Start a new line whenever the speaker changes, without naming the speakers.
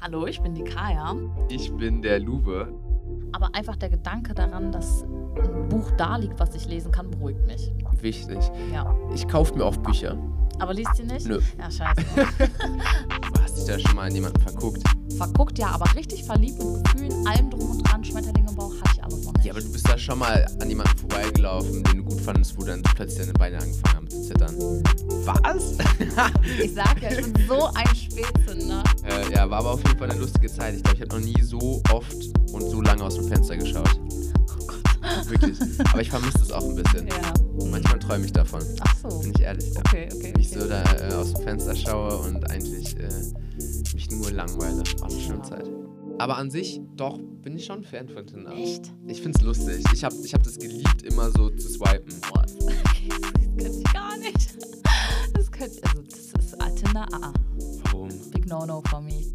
Hallo, ich bin die Kaya.
Ich bin der Luwe.
Aber einfach der Gedanke daran, dass ein Buch da liegt, was ich lesen kann, beruhigt mich.
Wichtig.
Ja.
Ich kaufe mir oft Bücher.
Aber liest ihr nicht?
Nö.
Ja, scheiße.
Du hast dich da schon mal in jemanden verguckt.
Verguckt, ja, aber richtig verliebt mit Gefühlen, allem drum und dran, Schmetterlinge im Bauch, hatte ich alles noch nicht.
Ja, aber du bist da schon mal an jemanden vorbeigelaufen, den du gut fandest, wo dann plötzlich deine Beine angefangen haben zu zittern. Was?
ich sag ja, ich bin so ein ne? Spätzünder.
äh, ja, war aber auf jeden Fall eine lustige Zeit. Ich glaube, ich habe noch nie so oft und so lange aus dem Fenster geschaut.
Oh Gott.
Wirklich. aber ich vermisse es auch ein bisschen.
Ja.
Manchmal träume ich davon.
Ach so.
Bin ich ehrlich. Ja.
Okay, okay.
Wie ich so
okay.
da äh, aus dem Fenster schaue und eigentlich äh, mich nur langweile. War eine
Genau.
schöne Zeit. Aber an sich, doch, bin ich schon Fan von Tinder.
Echt?
Ich find's lustig. Ich hab, ich hab das geliebt, immer so zu swipen.
Boah, das, das könnte ich gar nicht. Das könnte, also das ist ah, Tinder, ah, ah.
Warum?
big no no for me.